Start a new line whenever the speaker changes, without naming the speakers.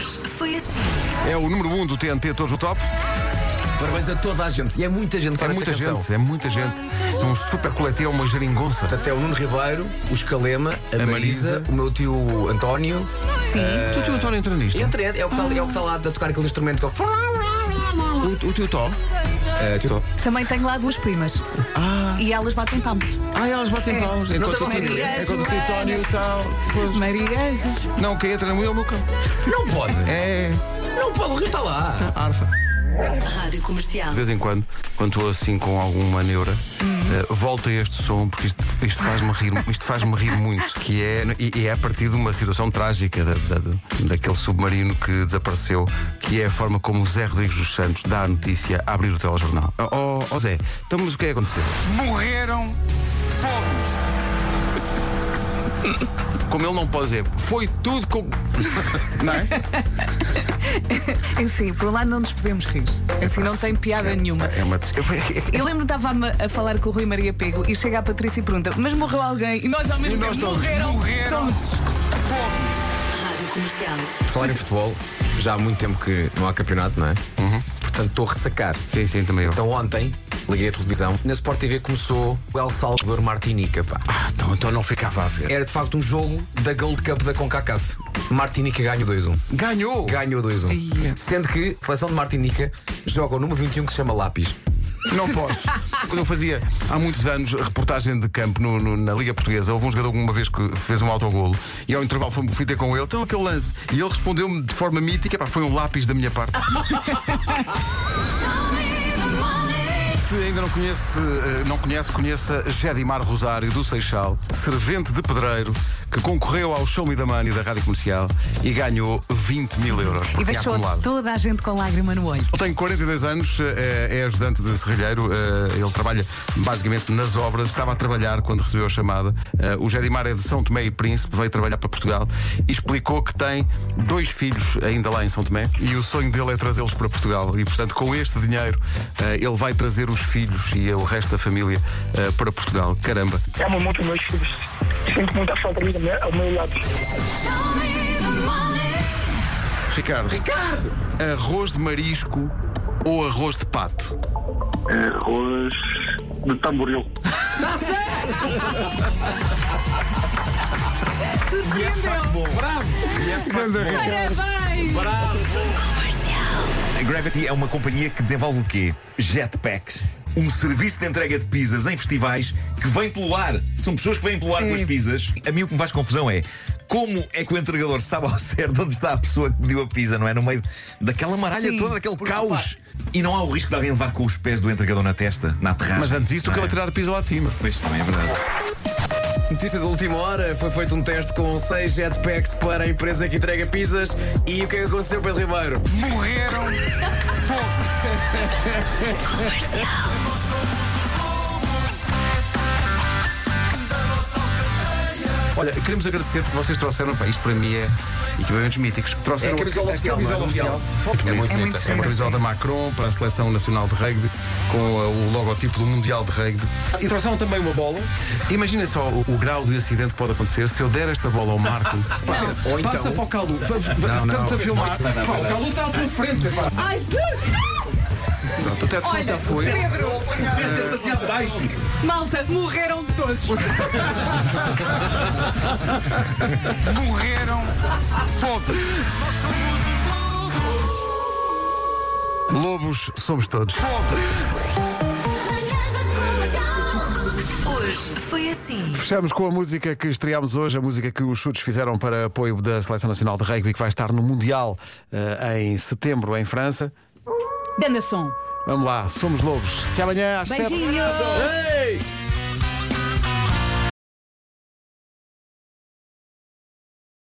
assim.
É o número 1 um do TNT Todos no Top.
Parabéns a toda a gente. E é muita gente que
É
faz
muita
esta canção.
gente, é muita gente. É um super coletivo, uma geringonça.
Portanto, é o Nuno Ribeiro, o Escalema, a,
A
Marisa,
Marisa.
o meu tio António. Eh,
Tu, teu António, entra nisto.
Entre, é o que está é o que tá lá a tocar aquele instrumento que eu.
O, o teu Tó.
Eh, tio Tó.
Também tenho lá duas primas. E elas batem palmas.
Ah, elas batem palmas. Enquanto o
É. tem
teu-
Maria,
enquanto o teu
Joana.
António tal. Pois.
Maria Jesus.
Não, quem entra no meu é o meu cão.
Não pode.
É
Não pode, o Rio está lá.
arfa.
Rádio Comercial. Hum.
De vez em quando, quando estou assim com alguma neura, eh, volta este som, porque isto, isto faz-me rir, isto faz-me rir muito, que é, e, e é a partir de uma situação trágica da, da- da- daquele submarino que desapareceu, que é a forma como o Zé Rodrigues dos Santos dá a notícia a abrir o telejornal. Oh, oh, Zé, então mas o que é que aconteceu?
Morreram poucos.
Como ele não pode dizer, foi tudo como. Não é?
É Assim, por um lado não nos podemos rir. Assim, não tem piada nenhuma.
É uma. des-
Eu lembro que estava a, a falar com o Rui Maria Pego e chega a Patrícia e pergunta: Mas morreu alguém? E nós ao mesmo tempo morreram,
Morreram
todos.
poucos.
Rádio Comercial.
Por falar em futebol, já há muito tempo que não há campeonato, não é? Portanto, estou a ressacar.
Sim, sim, também eu.
Então ontem liguei a televisão, na Sport TV começou o El Salvador Martinica, pá.
então, então não ficava a ver.
Era de facto um jogo da Gold Cup da CONCACAF. Martinica um. ganhou 2-1.
Ganhou!
Ganhou 2-1.
Ia.
Sendo que a seleção de Martinica joga o número 21 que se chama Lápis.
Não posso. Quando eu fazia há muitos anos reportagem de campo no- no- na Liga Portuguesa, houve um jogador que uma vez que fez um autogolo e ao intervalo fui, fui ter com ele, então aquele lance. E ele respondeu-me de forma mítica, pá, foi um lápis da minha parte. Se ainda não conhece, eh, não conhece, conheça Gedimar Rosário do Seixal, servente de pedreiro, que concorreu ao Show Me the Money da Rádio Comercial e ganhou 20 mil euros.
E
porque tinha
deixou
acumulado.
toda a gente com lágrima no olho.
Ele tem 42 anos, eh, é ajudante de serrilheiro, eh, ele trabalha basicamente nas obras, estava a trabalhar quando recebeu a chamada. Eh, O Gedimar é de São Tomé e Príncipe, veio trabalhar para Portugal e explicou que tem dois filhos ainda lá em São Tomé e o sonho dele é trazê-los para Portugal. E, portanto, com este dinheiro, eh, ele vai trazer os filhos e o resto da família eh, para Portugal. Caramba!
Amo muito meus filhos. Sinto muita falta deles ao meu- ao meu lado.
Ricardo. Ricardo! Arroz de marisco ou arroz de pato?
É, Arroz de tamboril.
A Gravity é uma companhia que desenvolve o quê? Jetpacks. Um serviço de entrega de pizzas em festivais que vem pelo ar. São pessoas que vêm pelo ar com as pizzas. A mim o que me faz confusão é como é que o entregador sabe ao certo onde está a pessoa que pediu a pizza, não é? No meio daquela maralha
Sim,
toda, daquele
porque,
caos. E não há o risco de alguém levar com os pés do entregador na testa, na terraça.
Mas antes disso, tu que
é.
ele tirar a pizza lá de cima.
Pois também é verdade.
Notícia da última hora: foi feito um teste com 6 jetpacks para a empresa que entrega pizzas. E o que é que aconteceu, Pedro Ribeiro?
Morreram
Olha, queremos agradecer porque vocês trouxeram, pá, isto para mim é equipamentos míticos. Trouxeram
É a camisola oficial,
não é?
camisola oficial.
Muito
É
bonita.
muito
é
bonita,
uma
é
camisola da Macron para a Seleção Nacional de Rugby, com uh, o logotipo do Mundial de Rugby. E trouxeram também uma bola. Imaginem só o, o grau de acidente que pode acontecer se eu der esta bola ao Marco. Pá,
Ou então-
passa para o Calu. Vamos- Estamos a filmar. Pá, o Calu está à tua frente. pá.
Ai, Jesus!
Pronto, até a defesa foi.
Malta, morreram todos.
morreram poucos.
Lobos somos todos.
Hoje foi assim.
Fechamos com a música que estreámos hoje, a música que os chutes fizeram para apoio da Seleção Nacional de Rugby, que vai estar no Mundial eh, em setembro em França.
Dana som.
Vamos lá, somos lobos. Até amanhã às sete.
Beijinhos.
Ei!